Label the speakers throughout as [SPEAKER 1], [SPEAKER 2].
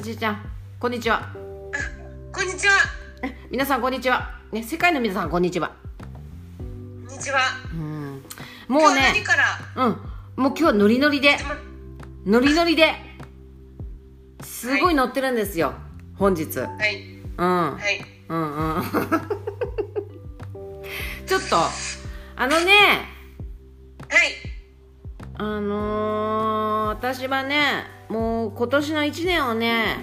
[SPEAKER 1] ちーちゃんこんにちは
[SPEAKER 2] こんにちは。
[SPEAKER 1] 皆さんこんにちはね世界の皆さんこんにちは
[SPEAKER 2] こんにちは。
[SPEAKER 1] うんもう
[SPEAKER 2] 今日は何
[SPEAKER 1] ね
[SPEAKER 2] から。
[SPEAKER 1] うんもう今日はノリノリで
[SPEAKER 2] 始ま
[SPEAKER 1] ノリノリですごい乗ってるんですよ本日
[SPEAKER 2] はい。
[SPEAKER 1] うん
[SPEAKER 2] はい。
[SPEAKER 1] うんうん ちょっとあのね
[SPEAKER 2] はい。
[SPEAKER 1] あのー、私はねもう今年の1年をね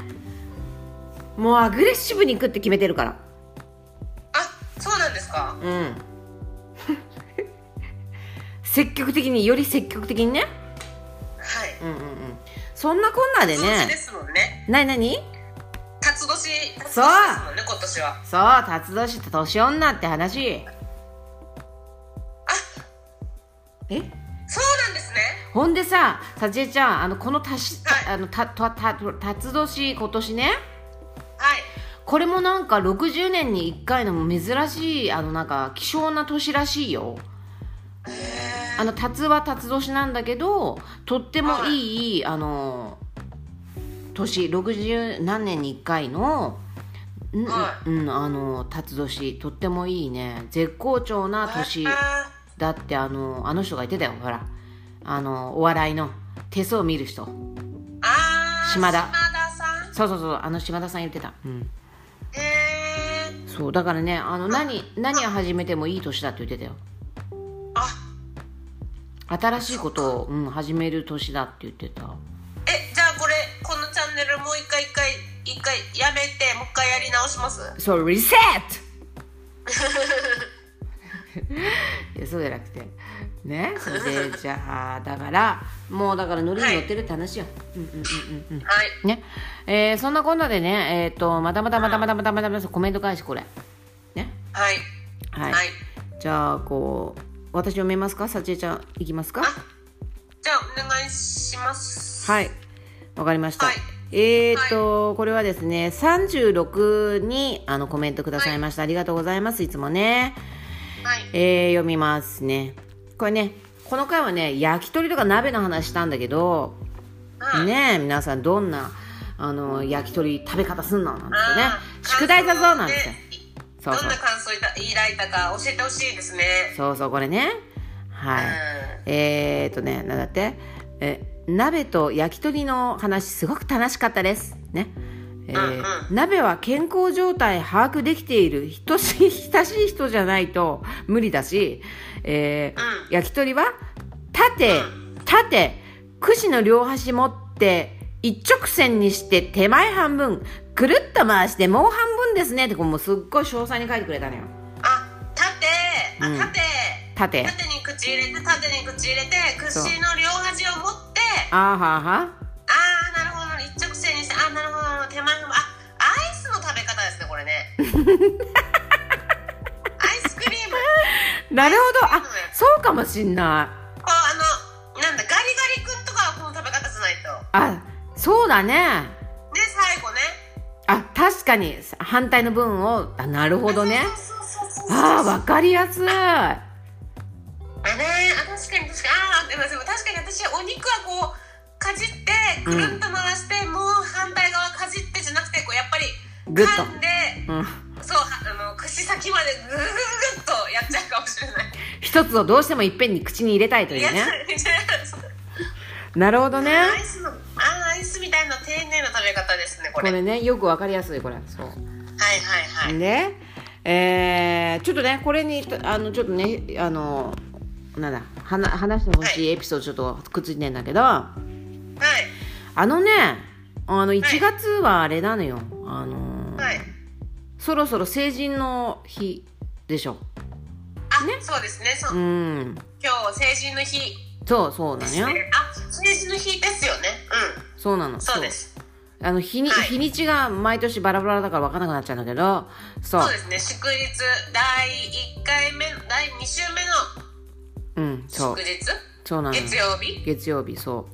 [SPEAKER 1] もうアグレッシブに行くって決めてるから
[SPEAKER 2] あ、そうなんですか。
[SPEAKER 1] うん 積極的により積極的にね
[SPEAKER 2] はい。
[SPEAKER 1] うんうんうんそんなこんなで
[SPEAKER 2] 活動年で
[SPEAKER 1] ね
[SPEAKER 2] すもんね。
[SPEAKER 1] なになに
[SPEAKER 2] 辰年。辰年です
[SPEAKER 1] そう
[SPEAKER 2] もんね、今年は。
[SPEAKER 1] そう辰年と年女って話え
[SPEAKER 2] そうなんですね。
[SPEAKER 1] ほんでささちえちゃんあのこのたし、
[SPEAKER 2] はい
[SPEAKER 1] あのたたた辰年今年ね
[SPEAKER 2] はい。
[SPEAKER 1] これもなんか60年に1回の珍しいあのなんか希少な年らしいよ
[SPEAKER 2] え
[SPEAKER 1] あの辰は辰年なんだけどとってもいい、あの年60何年に1回の、うん
[SPEAKER 2] は
[SPEAKER 1] うん、あの辰年とってもいいね絶好調な年
[SPEAKER 2] え
[SPEAKER 1] だってあのあの人が言ってたよほらあのお笑いの手相を見る人
[SPEAKER 2] あー。
[SPEAKER 1] 島田
[SPEAKER 2] 島田さん。
[SPEAKER 1] そうそうそうあの島田さん言ってた、うん、
[SPEAKER 2] えー。
[SPEAKER 1] そうだからねあの何何を始めてもいい年だって言ってたよ
[SPEAKER 2] あ。
[SPEAKER 1] 新しいことを、うん、始める年だって言ってた
[SPEAKER 2] え、じゃあ、これ、このチャンネルもう一回、一回、一回やめて、もう一回やり直します。
[SPEAKER 1] そうリセットいやそうじゃなくてねそれでじゃあだからもうだからノリに乗ってるって話よ、うんうんうんうんうん
[SPEAKER 2] はい。
[SPEAKER 1] ねえーそんなこんなでねえっ、とまたまたまたまたまたまたまたコメント返しこれね
[SPEAKER 2] はい。
[SPEAKER 1] はい、
[SPEAKER 2] はい。
[SPEAKER 1] じゃあこう私読めますかさちえちゃんいきますか
[SPEAKER 2] あじゃあ、お願いします。
[SPEAKER 1] はい、わかりました。
[SPEAKER 2] はい
[SPEAKER 1] えー、っと、これはですね、36にあのコメントくださいました。ありがとうございます。いつもね、
[SPEAKER 2] はい。
[SPEAKER 1] えー読みますね。これね、この回はね、焼き鳥とか鍋の話したんだけど、
[SPEAKER 2] うん
[SPEAKER 1] ねえ、皆さんどんなあの焼き鳥食べ方すんのなんですよね
[SPEAKER 2] あ。ー
[SPEAKER 1] 宿題だぞなんですよ。そ
[SPEAKER 2] ど
[SPEAKER 1] うんそう
[SPEAKER 2] な。感想いた言いられたか教えてほしいですね。
[SPEAKER 1] そうそう、これね。はい。えー、っとね、なんだって、え鍋と焼き鳥の話すごく楽しかったです。ね。えー
[SPEAKER 2] うんう
[SPEAKER 1] 鍋は健康状態把握できている等しい親しい人じゃないと無理だし、えー
[SPEAKER 2] う
[SPEAKER 1] 焼き鳥は縦縦串の両端持って一直線にして手前半分くるっと回してもう半分ですねってこうもうすっごい詳細に書いてくれたのよ
[SPEAKER 2] うん。あ、縦、あ、
[SPEAKER 1] うん
[SPEAKER 2] 縦。
[SPEAKER 1] 縦
[SPEAKER 2] 縦に口入れて、縦に口入れて、串
[SPEAKER 1] そう
[SPEAKER 2] の両端を持って、
[SPEAKER 1] あーはーは
[SPEAKER 2] あー、なるほど、一直線にして、あー、なるほど、手前の、あ、アイスの食べ方ですね、こ れね。アイスクリーム。
[SPEAKER 1] ーなるほどあそうかもしんない
[SPEAKER 2] こう、あの、なんだ、ガリガリ君とかはこの食べ方じゃない
[SPEAKER 1] あ
[SPEAKER 2] と。
[SPEAKER 1] そうだね
[SPEAKER 2] で、最後ね。
[SPEAKER 1] あ確かに反対の分をあなるほどね
[SPEAKER 2] そうそうそうそうそう
[SPEAKER 1] あーわかりやすい
[SPEAKER 2] あねあ確かに確かにあーでもでも確かに私お肉はこうかじってくるんと回して、もう反対側かじってじゃなくてこうやっぱり
[SPEAKER 1] グッと
[SPEAKER 2] 噛んで
[SPEAKER 1] うん
[SPEAKER 2] そうはあの串先までぐぐぐぐっとやっちゃうかもしれない。
[SPEAKER 1] 一つをどうしてもいっぺんに口に入れたいという
[SPEAKER 2] や
[SPEAKER 1] ね
[SPEAKER 2] いやそう
[SPEAKER 1] なるほどね
[SPEAKER 2] アイスのあーアイスみたいな丁寧な食べ方ですね
[SPEAKER 1] こ
[SPEAKER 2] これ。
[SPEAKER 1] れねよくわかりやすいこれそう
[SPEAKER 2] はいはいはい。
[SPEAKER 1] で、えーちょっとねこれにあのちょっとねあのなんだはな話してほしいエピソードちょっとくっついてんだけど、
[SPEAKER 2] はい
[SPEAKER 1] あのねあの1月はあれなのよ、あのー
[SPEAKER 2] はい。
[SPEAKER 1] そろそろ成人の日でしょ
[SPEAKER 2] あ、そうですね。そうう、
[SPEAKER 1] ん
[SPEAKER 2] 今日成人の日
[SPEAKER 1] そうそうな
[SPEAKER 2] で
[SPEAKER 1] の
[SPEAKER 2] す
[SPEAKER 1] よ
[SPEAKER 2] ね。あ、成人の日ですよね。
[SPEAKER 1] そうなの
[SPEAKER 2] うん、そうです。
[SPEAKER 1] そうあの日に、
[SPEAKER 2] はい
[SPEAKER 1] 日にちが毎年バラバラだから分からなくなっちゃうんだけどそう
[SPEAKER 2] そうですね祝日第1回目の第2週目の
[SPEAKER 1] うんそう
[SPEAKER 2] 祝日
[SPEAKER 1] そうなの
[SPEAKER 2] 月曜日
[SPEAKER 1] 月曜日そ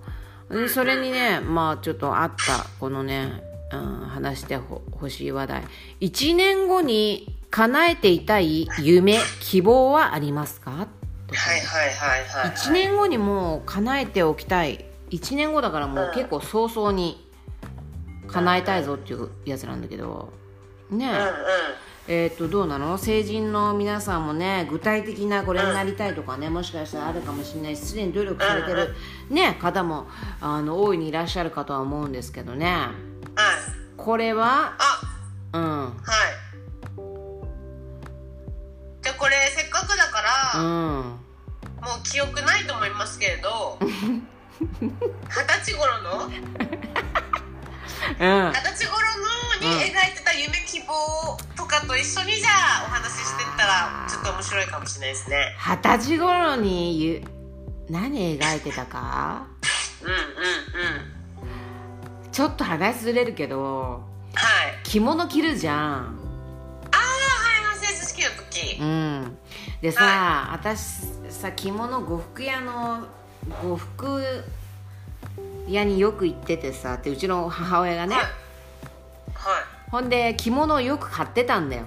[SPEAKER 1] うでそれにねまあちょっとあったこのね、うん、話してほ欲しい話題1年後に叶えていたい夢希望はありますかとか
[SPEAKER 2] はいはいはいはい、
[SPEAKER 1] 1年後にもう叶えておきたい1年後だからもう結構早々に叶えたいぞっていうやつなんだけどね
[SPEAKER 2] うんうん
[SPEAKER 1] えーっとどうなの成人の皆さんもね具体的なこれになりたいとかねもしかしたらあるかもしれないしすでに努力されてる、ね、方もあの大いにいらっしゃるかとは思うんですけどね
[SPEAKER 2] はい
[SPEAKER 1] これは、
[SPEAKER 2] あ
[SPEAKER 1] うん、うん
[SPEAKER 2] はいじゃあこれせっかくだから、もう記憶ないと思いますけれど二十歳頃の二十
[SPEAKER 1] うん
[SPEAKER 2] 歳頃のに描いてた夢希望とかと一緒にじゃあお話ししてったらちょっと面白いかもしれないですね
[SPEAKER 1] 二十歳頃にゆ何描いてたか
[SPEAKER 2] うんうんうん
[SPEAKER 1] ちょっと話ずれるけど
[SPEAKER 2] はい
[SPEAKER 1] 着物着るじゃん
[SPEAKER 2] ああはいはい成人式の時
[SPEAKER 1] うん、でさ、
[SPEAKER 2] は
[SPEAKER 1] 私さ着物呉服屋の呉服屋によく行っててさってうちの母親がね、
[SPEAKER 2] はいはい
[SPEAKER 1] ほんで着物をよく買ってたんだよ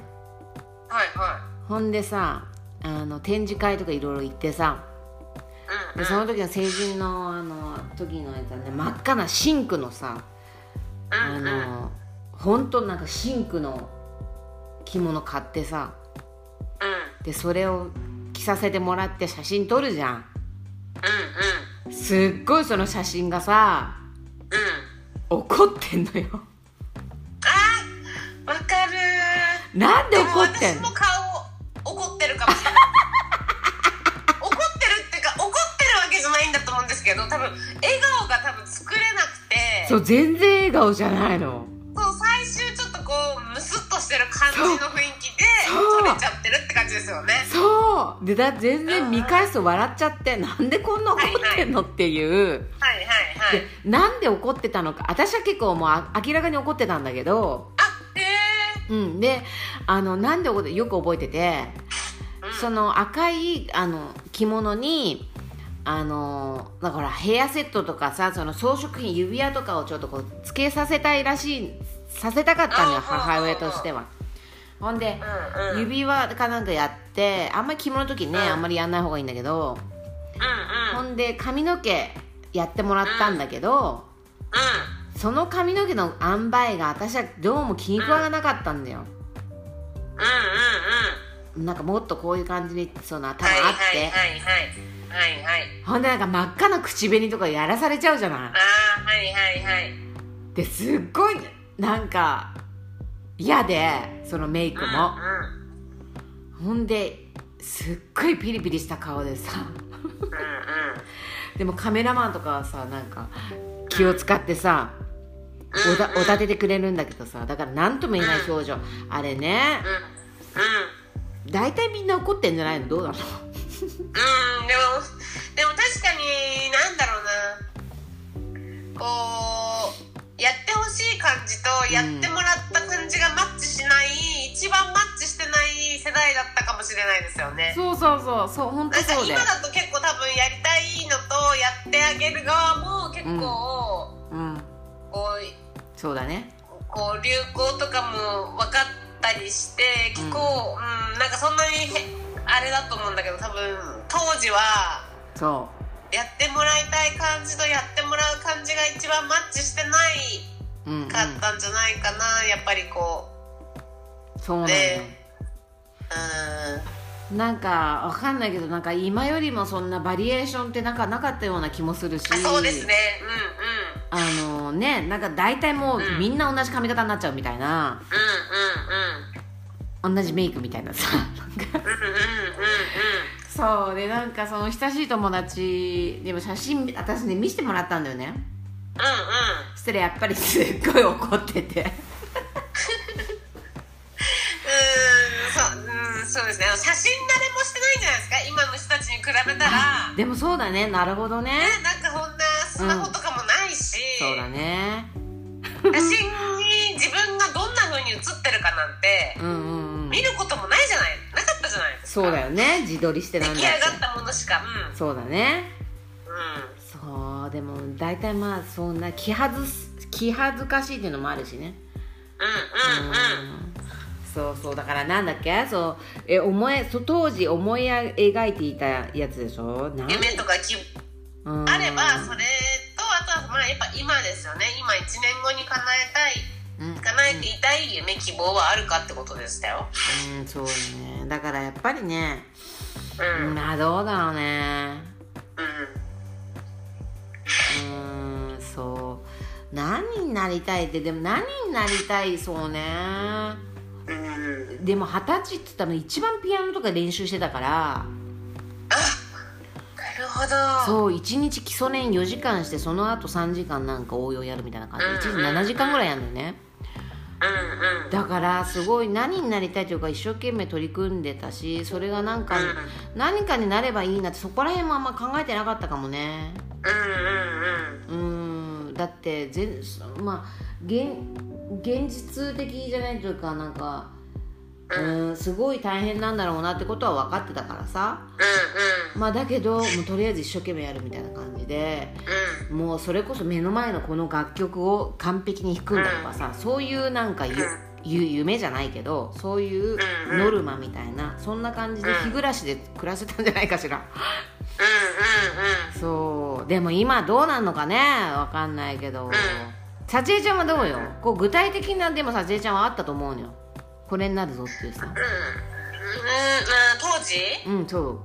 [SPEAKER 2] はいはい
[SPEAKER 1] ほんでさあの展示会とかいろいろ行ってさ
[SPEAKER 2] うん
[SPEAKER 1] でその時の成人のあの時のやつはね真っ赤なシンクのさあ
[SPEAKER 2] うんうん
[SPEAKER 1] の本当なんかシンクの着物買ってさ
[SPEAKER 2] うん
[SPEAKER 1] でそれを着させてもらって写真撮るじゃん
[SPEAKER 2] う
[SPEAKER 1] すっごいその写真がさ
[SPEAKER 2] んうんうん
[SPEAKER 1] 怒ってんの よ
[SPEAKER 2] あーわかる
[SPEAKER 1] なんで
[SPEAKER 2] で
[SPEAKER 1] 怒
[SPEAKER 2] も
[SPEAKER 1] って
[SPEAKER 2] 私
[SPEAKER 1] んの
[SPEAKER 2] も顔怒ってるかもしれない 怒ってるっていうか怒ってるわけじゃないんだと思うんですけど多分笑顔が多分作れなくて
[SPEAKER 1] そう全然笑顔じゃないの
[SPEAKER 2] そう最終ちょっとこうムスっとしてる感じの雰囲気で
[SPEAKER 1] そう
[SPEAKER 2] 撮れちゃってるって感じですよね
[SPEAKER 1] そうでだ全然見返すと笑っちゃってなんでこんな怒ってんのっていう
[SPEAKER 2] はいはいはい
[SPEAKER 1] でなんで怒ってたのか私は結構もうあ明らかに怒ってたんだけど
[SPEAKER 2] あへ
[SPEAKER 1] うんであのなんで怒ってよく覚えてて
[SPEAKER 2] えー、
[SPEAKER 1] そ
[SPEAKER 2] うん、
[SPEAKER 1] の赤いあの着物にあのだからヘアセットとかさその装飾品指輪とかをちょっとこうつけさせたいらしいさせたかったのよ
[SPEAKER 2] あー
[SPEAKER 1] 母親としてはほんで
[SPEAKER 2] うんうんうん
[SPEAKER 1] 指輪かなんかやってあんまり着物の時ね
[SPEAKER 2] うん
[SPEAKER 1] あんまりやんない方がいいんだけど
[SPEAKER 2] うん
[SPEAKER 1] ほ
[SPEAKER 2] うん
[SPEAKER 1] んで髪の毛やってもらったんだけどその髪の毛の塩梅が私はどうも気に食わなかったんだよ
[SPEAKER 2] うんうん
[SPEAKER 1] なんかもっとこういう感じにその頭あ
[SPEAKER 2] は
[SPEAKER 1] っ
[SPEAKER 2] い
[SPEAKER 1] て、
[SPEAKER 2] はいはいはいはいはい
[SPEAKER 1] ほんでなんか真っ赤な口紅とかやらされちゃうじゃな
[SPEAKER 2] あーはいはいはい
[SPEAKER 1] いですっごいなんか嫌でそのメイクも
[SPEAKER 2] う
[SPEAKER 1] ほんですっごいピリピリした顔でさ
[SPEAKER 2] んうんうんうん
[SPEAKER 1] でもカメラマンとかはさなんか気を使ってさおだおだててくれるんだけどさだから何とも言えない表情あれね
[SPEAKER 2] う
[SPEAKER 1] 大体みんな怒ってんじゃないのどうなの
[SPEAKER 2] ん、うん、でもでも確かになんだろうなこうやってほしい感じとやってもらった感じがマッチしない、一番マッチしてない世代だったかもしれないですよね
[SPEAKER 1] そうそうそうそう本当
[SPEAKER 2] なんか
[SPEAKER 1] そうだ
[SPEAKER 2] 今
[SPEAKER 1] よ
[SPEAKER 2] だと結構多分やりたいのとやってあげる側も結構、
[SPEAKER 1] うん
[SPEAKER 2] こ
[SPEAKER 1] そうだね
[SPEAKER 2] うこう流行とかも分かったりして結構、うんなんかそんなにへあれだと思うんだけど多分当時は
[SPEAKER 1] そ
[SPEAKER 2] やってもらいたい感じとやってもらう感じが一番マッチしてないう
[SPEAKER 1] うん、うん、
[SPEAKER 2] かったんじゃないかな、やっぱりこう
[SPEAKER 1] そうなんだよ、
[SPEAKER 2] ねうん
[SPEAKER 1] なんかわかんないけどなんか今よりもそんなバリエーションってなんかなかったような気もするし
[SPEAKER 2] あそうですね
[SPEAKER 1] あのねなんか大体もう
[SPEAKER 2] うん
[SPEAKER 1] みんな同じ髪型になっちゃうみたいな、
[SPEAKER 2] うんう
[SPEAKER 1] 同じメイクみたいなさなんか
[SPEAKER 2] んうんうんうんうんう
[SPEAKER 1] そうでなんかその親しい友達でも写真私ね見せてもらったんだよね
[SPEAKER 2] んうんうんうん
[SPEAKER 1] そしたらやっぱりすっごい怒ってて
[SPEAKER 2] うーんそううんそうですねあの写真慣れもしてないんじゃないですか今の人たちに比べたら、ね、
[SPEAKER 1] でもそうだねなるほどね
[SPEAKER 2] なんかこんなスマホとかもないし、
[SPEAKER 1] そうだね
[SPEAKER 2] 写真に自分がどんな風に写ってるかなんて
[SPEAKER 1] うんうんうん
[SPEAKER 2] 見ることもないじゃないなかったじゃないですか
[SPEAKER 1] そうだよね自撮りして
[SPEAKER 2] 出
[SPEAKER 1] なんだ
[SPEAKER 2] 来
[SPEAKER 1] って
[SPEAKER 2] 上がったものしかうん
[SPEAKER 1] そうだね
[SPEAKER 2] うん
[SPEAKER 1] そうでも大体まあそんな気恥ずす気恥ずかしいっていうのもあるしね
[SPEAKER 2] うんうんうん
[SPEAKER 1] そうそうだからなんだっけそうえ思いそう当時思い描いていたやつでしょなん
[SPEAKER 2] 夢とかき
[SPEAKER 1] うん
[SPEAKER 2] あればそれとあとはまあやっぱ今ですよね今1年後に叶えたい
[SPEAKER 1] うん
[SPEAKER 2] 叶えていたい夢希望はあるかってことでしたよ
[SPEAKER 1] うんそうねだからやっぱりね
[SPEAKER 2] うんうん
[SPEAKER 1] まあどうだろうねうーんそう何になりたいってでも何になりたいそうね
[SPEAKER 2] うん
[SPEAKER 1] でも二十歳って言ったら一番ピアノとか練習してたから
[SPEAKER 2] なるほど
[SPEAKER 1] そう1日基礎練4時間してその後3時間なんか応用やるみたいな感じ
[SPEAKER 2] う
[SPEAKER 1] 1
[SPEAKER 2] んうん
[SPEAKER 1] 日7時間ぐらいやるのよね
[SPEAKER 2] うんうん
[SPEAKER 1] だからすごい何になりたいというか一生懸命取り組んでたしそれがなんか
[SPEAKER 2] う
[SPEAKER 1] 何かになればいいなってそこら辺もあんま考えてなかったかもね
[SPEAKER 2] うんうんう
[SPEAKER 1] うー
[SPEAKER 2] ん
[SPEAKER 1] んだって全そまあ現現実的じゃないというかなんかうーんすごい大変なんだろうなってことは分かってたからさ
[SPEAKER 2] う
[SPEAKER 1] まあだけどもうとりあえず一生懸命やるみたいな感じで
[SPEAKER 2] ん
[SPEAKER 1] もうそれこそ目の前のこの楽曲を完璧に弾くんだとかさそういうなんかゆゆ夢じゃないけどそういうノルマみたいなそんな感じで日暮らしで暮らせたんじゃないかしら。そうでも今どうなんのかねわかんないけどさちえちゃんはどうよこう具体的なでもさちえちゃんはあったと思うのよこれになるぞっていうさ
[SPEAKER 2] うんうん
[SPEAKER 1] う
[SPEAKER 2] うんうんうん当時
[SPEAKER 1] んそう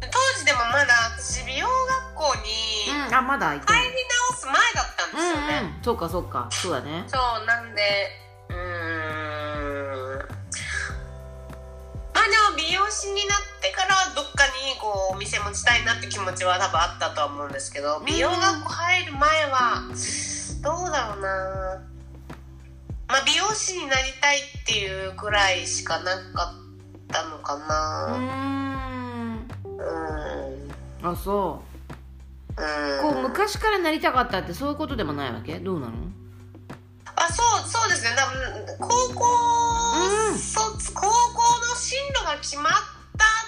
[SPEAKER 2] 当時でもまだ私美容学校に
[SPEAKER 1] うんあまだいて
[SPEAKER 2] 入り直す前だったんで
[SPEAKER 1] う
[SPEAKER 2] すよね、
[SPEAKER 1] んうんそうかそうかそうだね
[SPEAKER 2] そうなんでうーんまあでも美容師になってからどっかにこうお店持ちたいなって気持ちは多分あったとは思うんですけど美容学校入る前はどうだろうなまあ美容師になりたいっていうくらいしかなかったのか
[SPEAKER 1] うー
[SPEAKER 2] なんうんうん
[SPEAKER 1] あそうこう昔からなりたかったってそういうことでもないわけどうなの
[SPEAKER 2] あそうそうですね多分高校
[SPEAKER 1] うん
[SPEAKER 2] 卒、高校の進路が決まった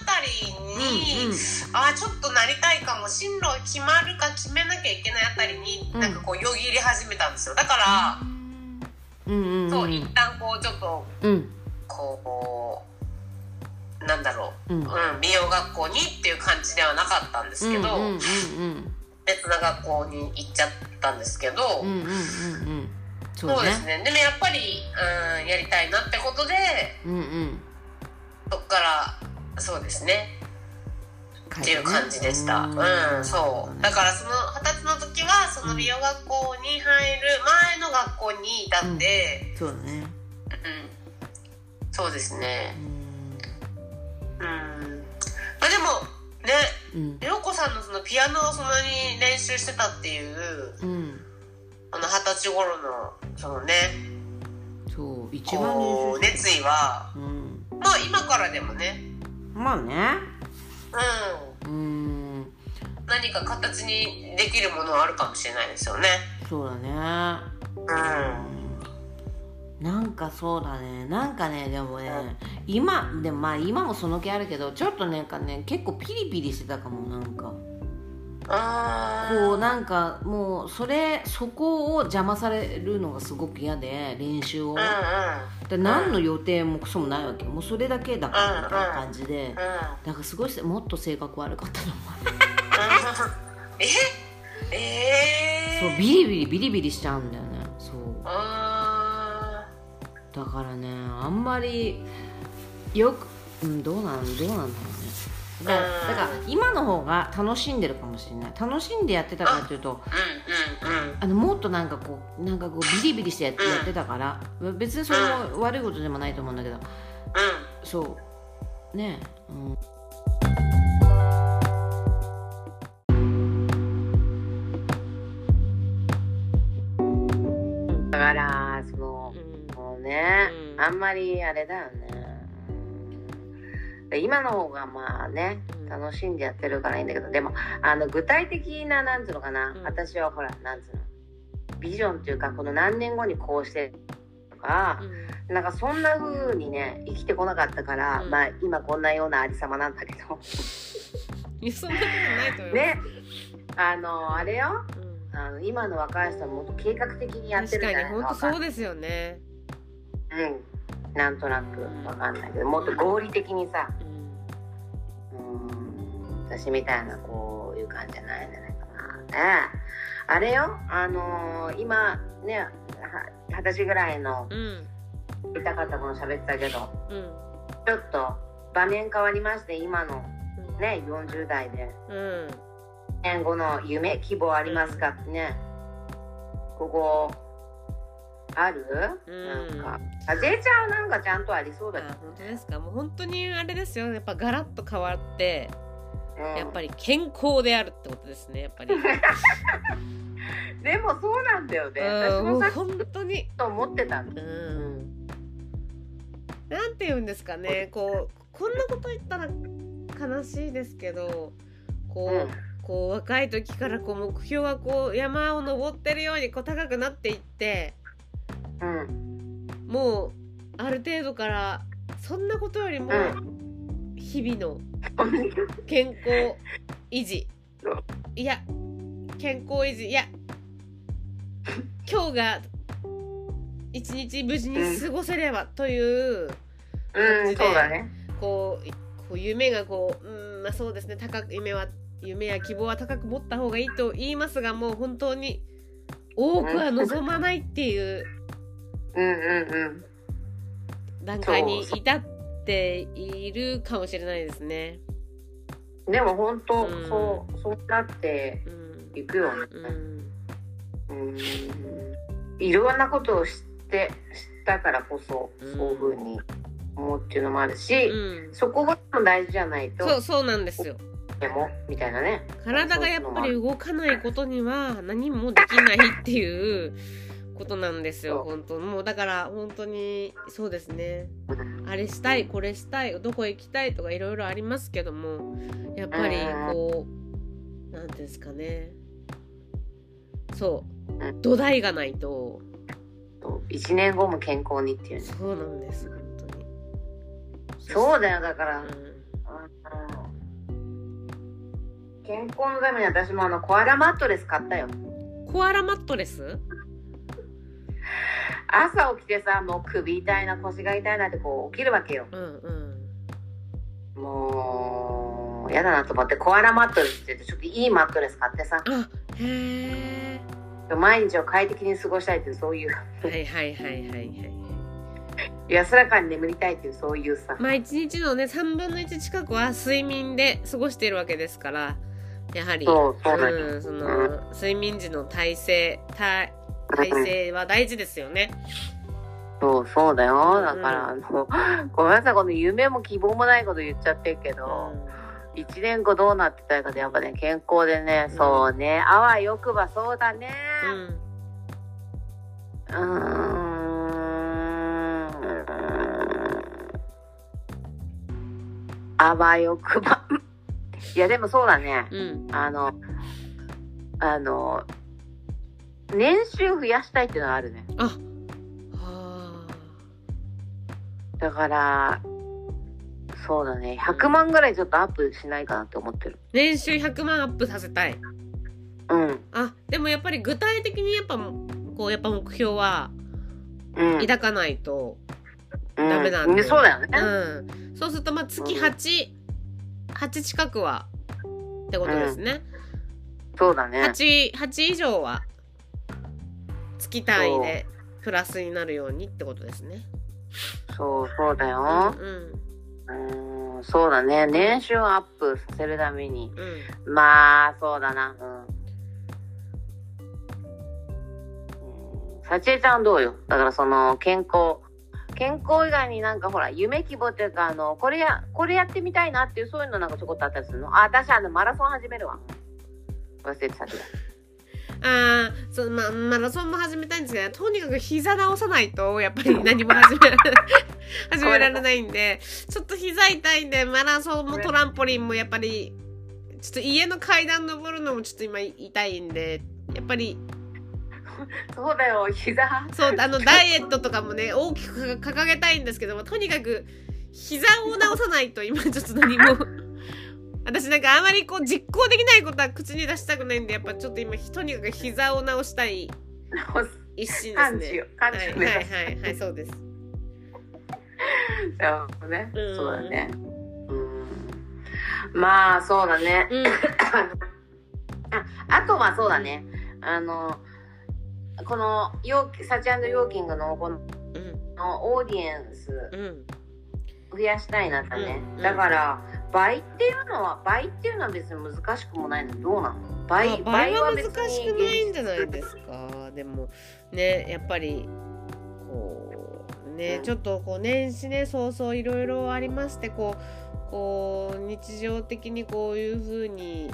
[SPEAKER 2] あたりに、
[SPEAKER 1] うんうん
[SPEAKER 2] あちょっとなりたいかも進路決まるか決めなきゃいけないあたりに、
[SPEAKER 1] うん
[SPEAKER 2] なんかこうよぎり始めたんですよだか
[SPEAKER 1] う
[SPEAKER 2] ら、
[SPEAKER 1] んうん
[SPEAKER 2] そうう一
[SPEAKER 1] ん
[SPEAKER 2] 旦こうちょっと
[SPEAKER 1] うん
[SPEAKER 2] こうなんだろ
[SPEAKER 1] うんう
[SPEAKER 2] う、
[SPEAKER 1] ん
[SPEAKER 2] うん、美容学校にっていう感じではなかったんです
[SPEAKER 1] うん
[SPEAKER 2] け
[SPEAKER 1] うん
[SPEAKER 2] ど、
[SPEAKER 1] うん
[SPEAKER 2] 別な学校に行っちゃったんですけど、
[SPEAKER 1] うんうんうんうんそう
[SPEAKER 2] そうです
[SPEAKER 1] ね
[SPEAKER 2] ねでもやっぱり、うん、やりたいなってことで
[SPEAKER 1] うんうん
[SPEAKER 2] そっからそうですね
[SPEAKER 1] っ
[SPEAKER 2] っていう感じでした、うんそうだからその二十歳の時はその美容学校に入る前の学校にいたんで、
[SPEAKER 1] そうだね
[SPEAKER 2] うんそうです
[SPEAKER 1] う
[SPEAKER 2] ね
[SPEAKER 1] ん
[SPEAKER 2] うんまあでも
[SPEAKER 1] う
[SPEAKER 2] ね
[SPEAKER 1] ん
[SPEAKER 2] 涼子さんのそのピアノをそんなに練習してたっていう
[SPEAKER 1] うん
[SPEAKER 2] あの二十歳頃のそのね
[SPEAKER 1] そう一番
[SPEAKER 2] こう
[SPEAKER 1] 練習
[SPEAKER 2] 熱意は
[SPEAKER 1] うん
[SPEAKER 2] まあ今からでもね
[SPEAKER 1] まあね
[SPEAKER 2] う
[SPEAKER 1] うん
[SPEAKER 2] ん何か形にできるものはあるかもしれないですよね
[SPEAKER 1] そうだね
[SPEAKER 2] うん
[SPEAKER 1] なんかそうだねなんかねでもね今でもまあ今もその気あるけどちょっとなんかね結構ピリピリしてたかもなんか
[SPEAKER 2] あー
[SPEAKER 1] こうなんかもうそれそこを邪魔されるのがすごく嫌で練習を
[SPEAKER 2] う
[SPEAKER 1] で何の予定もクソもないわけもうそれだけだからみたいな感じで
[SPEAKER 2] んうんうん
[SPEAKER 1] なんかすごいせもっと性格悪かったと思う
[SPEAKER 2] ええ
[SPEAKER 1] そう
[SPEAKER 2] ー、
[SPEAKER 1] ビリビリビリビリしちゃうんだよねそう
[SPEAKER 2] あ
[SPEAKER 1] だからねあんまりよく、うん、どうなんどうなんだろうねだから
[SPEAKER 2] うん
[SPEAKER 1] だから今の方が楽しんでるかもしれない楽しんでやってたかっていうと
[SPEAKER 2] ーうんうんうん
[SPEAKER 1] あのもっとなんかこうなんかこうビリビリしてやってやってたから別にそれも悪いことでもないと思うんだけど
[SPEAKER 2] う
[SPEAKER 1] そうねえ、うん、だからそのもうね、
[SPEAKER 2] うん
[SPEAKER 1] あんまりあれだよねで今の方がまあね
[SPEAKER 2] うん
[SPEAKER 1] 楽しんでやってるからいいんだけどでもあの具体的ななんつうのかな、
[SPEAKER 2] うん
[SPEAKER 1] 私はほらなんつうのビジョンっていうかこの何年後にこうしてとか、
[SPEAKER 2] ん
[SPEAKER 1] なんかそんな風にね生きてこなかったから、
[SPEAKER 2] うん
[SPEAKER 1] まあ今こんなようなありさまなんだけど
[SPEAKER 2] いやそんなことないと思います
[SPEAKER 1] ねあのあれよ
[SPEAKER 2] うん
[SPEAKER 1] あの今の若い人はもっと計画的にやってる
[SPEAKER 2] 確
[SPEAKER 1] んじ
[SPEAKER 2] か
[SPEAKER 1] ゃ
[SPEAKER 2] に
[SPEAKER 1] ないの
[SPEAKER 2] 本当そうですよね
[SPEAKER 1] うん、なんとなくわかんないけどもっと合理的にさ
[SPEAKER 2] うん
[SPEAKER 1] うん私みたいなこういう感じじゃないんじゃないかな
[SPEAKER 2] であれよあのー今ねは二十歳ぐらいの
[SPEAKER 3] うん
[SPEAKER 2] 痛かった子の喋ってたけど
[SPEAKER 3] うん
[SPEAKER 2] ちょっと場面変わりまして今のね40代で
[SPEAKER 3] うん
[SPEAKER 2] 年後の夢希望ありますかってねここある、
[SPEAKER 3] うん
[SPEAKER 2] なんかあジェイちゃんはなんかちゃんとありそうだけ
[SPEAKER 3] あ本当ですかもう本当にあれですよやっぱガラッと変わって
[SPEAKER 2] ど、うん
[SPEAKER 3] やっぱり健康であるってことですねやっぱりうん
[SPEAKER 2] でもそうなんだよね私
[SPEAKER 3] も
[SPEAKER 2] も
[SPEAKER 3] う
[SPEAKER 2] さっき
[SPEAKER 3] 本当に
[SPEAKER 2] と思ってたの
[SPEAKER 3] うんなんて言うんですかねこうこんなこと言ったら悲しいですけどこう、
[SPEAKER 2] うん
[SPEAKER 3] こう若い時からこう目標はこう山を登ってるようにこう高くなっていって
[SPEAKER 2] うん
[SPEAKER 3] もうある程度からそんなことよりも
[SPEAKER 2] う
[SPEAKER 3] 日々の健康維持
[SPEAKER 2] そう
[SPEAKER 3] いや健康維持いや今日が一日無事に過ごせればという
[SPEAKER 2] うんそうだね
[SPEAKER 3] こういこう夢がこううんまあそうですね高く夢は夢や希望は高く持った方がいいと言いますがもう本当に多くは望まないっていう
[SPEAKER 2] うんうんうん
[SPEAKER 3] 段階に至っているかもしれないですね。
[SPEAKER 2] でも本当、
[SPEAKER 3] うん
[SPEAKER 2] そうそうなって
[SPEAKER 3] うん
[SPEAKER 2] いくよね。
[SPEAKER 3] うん
[SPEAKER 2] うん、いろんなことを知って知ったからこそ、
[SPEAKER 3] うん
[SPEAKER 2] そういうふうに思うっていうのもあるし、
[SPEAKER 3] うん
[SPEAKER 2] そこが大事じゃないと
[SPEAKER 3] そうそうなんですよ
[SPEAKER 2] でもみたいなね。
[SPEAKER 3] 体がやっぱり動かないことには何もできないっていうことなんですよ
[SPEAKER 2] そう
[SPEAKER 3] 本当もうだから本当にそうですね
[SPEAKER 2] うん
[SPEAKER 3] あれしたいこれしたいどこ行きたいとかいろいろありますけどもやっぱりこう何ですかねそう
[SPEAKER 2] う
[SPEAKER 3] 土台がないと
[SPEAKER 2] と一年後も健康にっていうね。
[SPEAKER 3] そうなんです本当に
[SPEAKER 2] そうだよだから、
[SPEAKER 3] うん
[SPEAKER 2] あの健康のために私もあのコアラマットレス買ったよ。
[SPEAKER 3] コアラマットレス
[SPEAKER 2] 朝起きてさもう首痛いな腰が痛いなってこう起きるわけよ。
[SPEAKER 3] うんうん
[SPEAKER 2] もう、やだなと思って、コアラマットレスって言って、ちょっといいマットレス買ってさ、
[SPEAKER 3] あへえ
[SPEAKER 2] 毎日を快適に過ごしたいっていう、そういう、
[SPEAKER 3] はいはいはいはいはい
[SPEAKER 2] 安らかに眠りたいっていう、そういうさ、
[SPEAKER 3] まあ一日のね3分の1近くは睡眠で過ごしているわけですからやはり
[SPEAKER 2] そうそうだね
[SPEAKER 3] んその睡眠時の体制体体制は大事ですよね。
[SPEAKER 2] そう、そうだよ。だから、あの、ごめんなさい、この夢も希望もないこと言っちゃってるけど、一年後どうなってたいかで、やっぱね、健康でね、
[SPEAKER 3] うん
[SPEAKER 2] そうね、あわよくばそうだね。
[SPEAKER 3] うん
[SPEAKER 2] うーん。あわよくば。いや、でもそうだね。
[SPEAKER 3] うん
[SPEAKER 2] あの、あの、年収増やしたいっていうのはあるね。
[SPEAKER 3] あは
[SPEAKER 2] だから、そうだね。100万ぐらいちょっとアップしないかなって思ってる。
[SPEAKER 3] 年収100万アップさせたい。
[SPEAKER 2] うん。
[SPEAKER 3] あでもやっぱり具体的にやっぱこうやっぱ目標は
[SPEAKER 2] うん。
[SPEAKER 3] 抱かないと、
[SPEAKER 2] うん
[SPEAKER 3] ダメなんで
[SPEAKER 2] ねそうだよね。
[SPEAKER 3] うん、そうするとまあ月8、8近くはってことですね。
[SPEAKER 2] そうだね。
[SPEAKER 3] 8, 8以上は月単位でプラスになるようにってことですね。
[SPEAKER 2] そう、そうだ
[SPEAKER 3] う
[SPEAKER 2] よ。
[SPEAKER 3] ん
[SPEAKER 2] うーん、そうだね。年収アップさせるために。
[SPEAKER 3] うん
[SPEAKER 2] まあ、そうだな。うん。うんさちえちゃんどうよだからその健康健康以外になんかほら夢希望っていうかあのこれやこれやってみたいなっていうそういうのなんかちょこっとあったりするのあ私あのマラソン始めるわ忘れてたけど
[SPEAKER 3] あーそうまマラソンも始めたいんですけどとにかく膝直さないとやっぱり何も始 め始められないんでちょっと膝痛いんでマラソンもトランポリンもやっぱりちょっと家の階段登るのもちょっと今痛いんでやっぱり
[SPEAKER 2] そうだよ膝
[SPEAKER 3] そうあのダイエットとかもね大きく掲げたいんですけどもとにかく膝を直さないと今ちょっと何も私なんかあまりこう実行できないことは口に出したくないんでやっぱちょっと今とにかく膝を直したい一心です
[SPEAKER 2] 感じ
[SPEAKER 3] ね
[SPEAKER 2] よ。感
[SPEAKER 3] はい
[SPEAKER 2] じよ
[SPEAKER 3] はい
[SPEAKER 2] ね、
[SPEAKER 3] はいはいそうです。
[SPEAKER 2] なるほどね
[SPEAKER 3] うん
[SPEAKER 2] そうだねうんまあそうだね
[SPEAKER 3] うん
[SPEAKER 2] あとはそうだね。あの、このヨー、サチヨーキングのこの
[SPEAKER 3] うん
[SPEAKER 2] オーディエンス
[SPEAKER 3] うん
[SPEAKER 2] 増やしたいなってね
[SPEAKER 3] うん。
[SPEAKER 2] だから、倍っていうのは、倍っていうのは別に難しくもないの。どうなの
[SPEAKER 3] まあ
[SPEAKER 2] 倍、
[SPEAKER 3] 倍は難しく
[SPEAKER 2] 別に
[SPEAKER 3] ないんじゃないですかでもねやっぱりこうね
[SPEAKER 2] うん
[SPEAKER 3] ちょっとこう年始ねそうそういろいろありましてこうこう日常的にこういう風に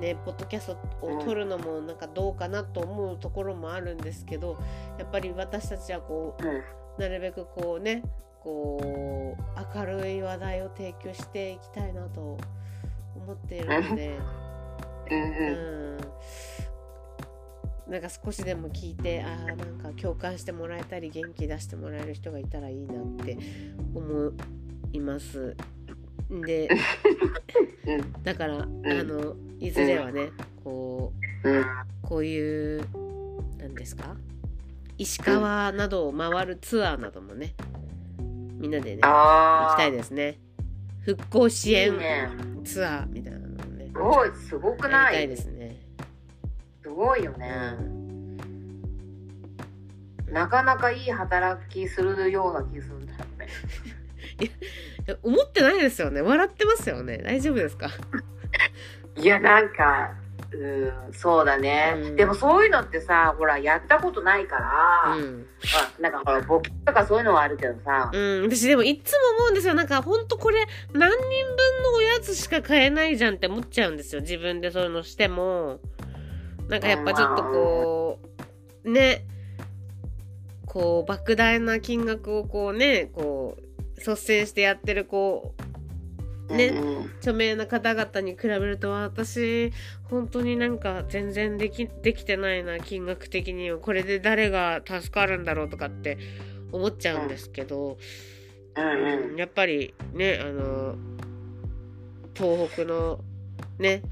[SPEAKER 3] ねポッドキャストを撮るのもなんかどうかなと思うところもあるんですけどやっぱり私たちはこう
[SPEAKER 2] うん
[SPEAKER 3] なるべくこうねこう明るい話題を提供していきたいなと思っているので。
[SPEAKER 2] うんうん。
[SPEAKER 3] うんなんか少しでも聞いてああなんか共感してもらえたり元気出してもらえる人がいたらいいなって思います。で
[SPEAKER 2] うん
[SPEAKER 3] だから、あのいずれはねこ
[SPEAKER 2] うん。
[SPEAKER 3] うこういうなんですか石川などを回るツアーなどもねみんなでね行
[SPEAKER 2] あ
[SPEAKER 3] きたい
[SPEAKER 2] ー。
[SPEAKER 3] ですね復興支
[SPEAKER 2] いい
[SPEAKER 3] 援
[SPEAKER 2] ね。
[SPEAKER 3] ツアーみたいなのもね
[SPEAKER 2] すごい、すごく
[SPEAKER 3] や
[SPEAKER 2] な
[SPEAKER 3] りたい
[SPEAKER 2] い
[SPEAKER 3] ですね。
[SPEAKER 2] すごいよね。なかなかいい働きするような気するんだよね。
[SPEAKER 3] いや思ってないですよね笑ってますよね大丈夫ですか
[SPEAKER 2] いや、なんか、うん、そうだね、
[SPEAKER 3] うん
[SPEAKER 2] でもそういうのってさ、ほら、やったことないから、
[SPEAKER 3] うん、
[SPEAKER 2] あなんかほら、簿記とかそういうのはあるけどさ、
[SPEAKER 3] うん、私でもいっつも思うんですよなんかほんとこれ何人分のおやつしか買えないじゃんって思っちゃうんですよ自分でそういうのしてもなんかやっぱちょっとこうねこう莫大な金額をこうねこう率先してやってるこうね
[SPEAKER 2] うん
[SPEAKER 3] 著名な方々に比べると私本当になんか全然できできてないな金額的にはこれで誰が助かるんだろうとかって思っちゃうんですけど、
[SPEAKER 2] うんうん
[SPEAKER 3] やっぱりねあの東北のね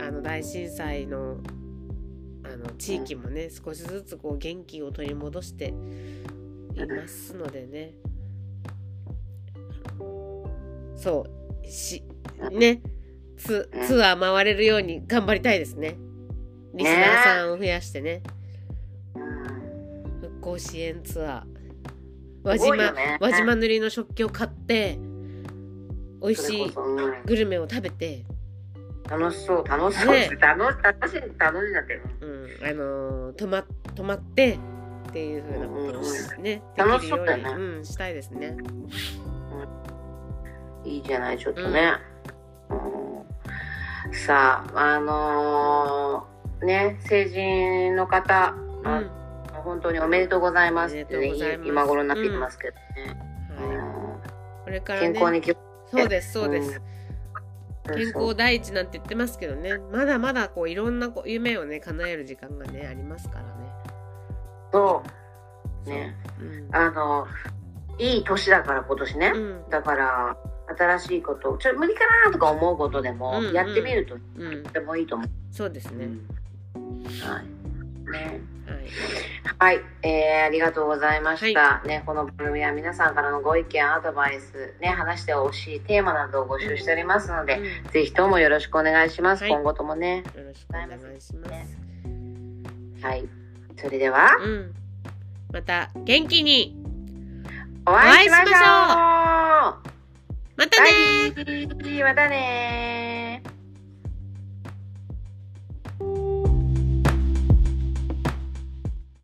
[SPEAKER 3] あの大震災のあの地域もね少しずつこう元気を取り戻していますのでねそうしねツ
[SPEAKER 2] うん
[SPEAKER 3] ツアー回れるように頑張りたいですねリスナーさんを増やしてね
[SPEAKER 2] うん
[SPEAKER 3] 復興支援ツアー
[SPEAKER 2] すご
[SPEAKER 3] 輪
[SPEAKER 2] い
[SPEAKER 3] 島、
[SPEAKER 2] よね
[SPEAKER 3] 輪島塗りの食器を買って美味
[SPEAKER 2] そ
[SPEAKER 3] し
[SPEAKER 2] れこ
[SPEAKER 3] い
[SPEAKER 2] そ、うん
[SPEAKER 3] グルメを食べて、
[SPEAKER 2] 楽しそう、楽しそう、
[SPEAKER 3] ね
[SPEAKER 2] 楽し楽しい、楽しいんだけど。
[SPEAKER 3] うんあのー泊ま泊まってっていう風なことをし
[SPEAKER 2] うんう
[SPEAKER 3] ね、
[SPEAKER 2] ん
[SPEAKER 3] できるよう
[SPEAKER 2] 楽し
[SPEAKER 3] に
[SPEAKER 2] そうだよね
[SPEAKER 3] うん、したいですね。
[SPEAKER 2] いいじゃない、ちょっとね。うんさあ、あのーね、成人の方、
[SPEAKER 3] うん、
[SPEAKER 2] あ本当におめでとうございますって、
[SPEAKER 3] おめ
[SPEAKER 2] ね
[SPEAKER 3] でとうございます
[SPEAKER 2] 今頃になってきますけどね。
[SPEAKER 3] は
[SPEAKER 2] うん
[SPEAKER 3] い、これから
[SPEAKER 2] 健
[SPEAKER 3] ね、
[SPEAKER 2] 康に気を
[SPEAKER 3] そうですそうです、
[SPEAKER 2] うん
[SPEAKER 3] 健康第一なんて言ってますけどね、まだまだこういろんなこう夢をね叶える時間がねありますからね。
[SPEAKER 2] そうね
[SPEAKER 3] うん、
[SPEAKER 2] あのいい年だから今年ね、
[SPEAKER 3] うん、
[SPEAKER 2] だから新しいことをちょっと無理かなとか思うことでも、
[SPEAKER 3] うんうん
[SPEAKER 2] やってみると
[SPEAKER 3] うん
[SPEAKER 2] と、てもいいと思
[SPEAKER 3] そうです
[SPEAKER 2] う、
[SPEAKER 3] ね。
[SPEAKER 2] はいね
[SPEAKER 3] はい、
[SPEAKER 2] はい、えーありがとうございました、ね、この番組は皆さんからのご意見アドバイス、ね、話してほしいテーマなどを募集しておりますので、
[SPEAKER 3] うん
[SPEAKER 2] ぜひともよろしくお願いします、
[SPEAKER 3] はい
[SPEAKER 2] 今後ともね
[SPEAKER 3] よろしくお願いします。
[SPEAKER 2] はいそれでは、
[SPEAKER 3] うん、また元気に、
[SPEAKER 2] お会いしましょう
[SPEAKER 3] お会いしま
[SPEAKER 2] ま
[SPEAKER 3] またねー。
[SPEAKER 2] はい、またねー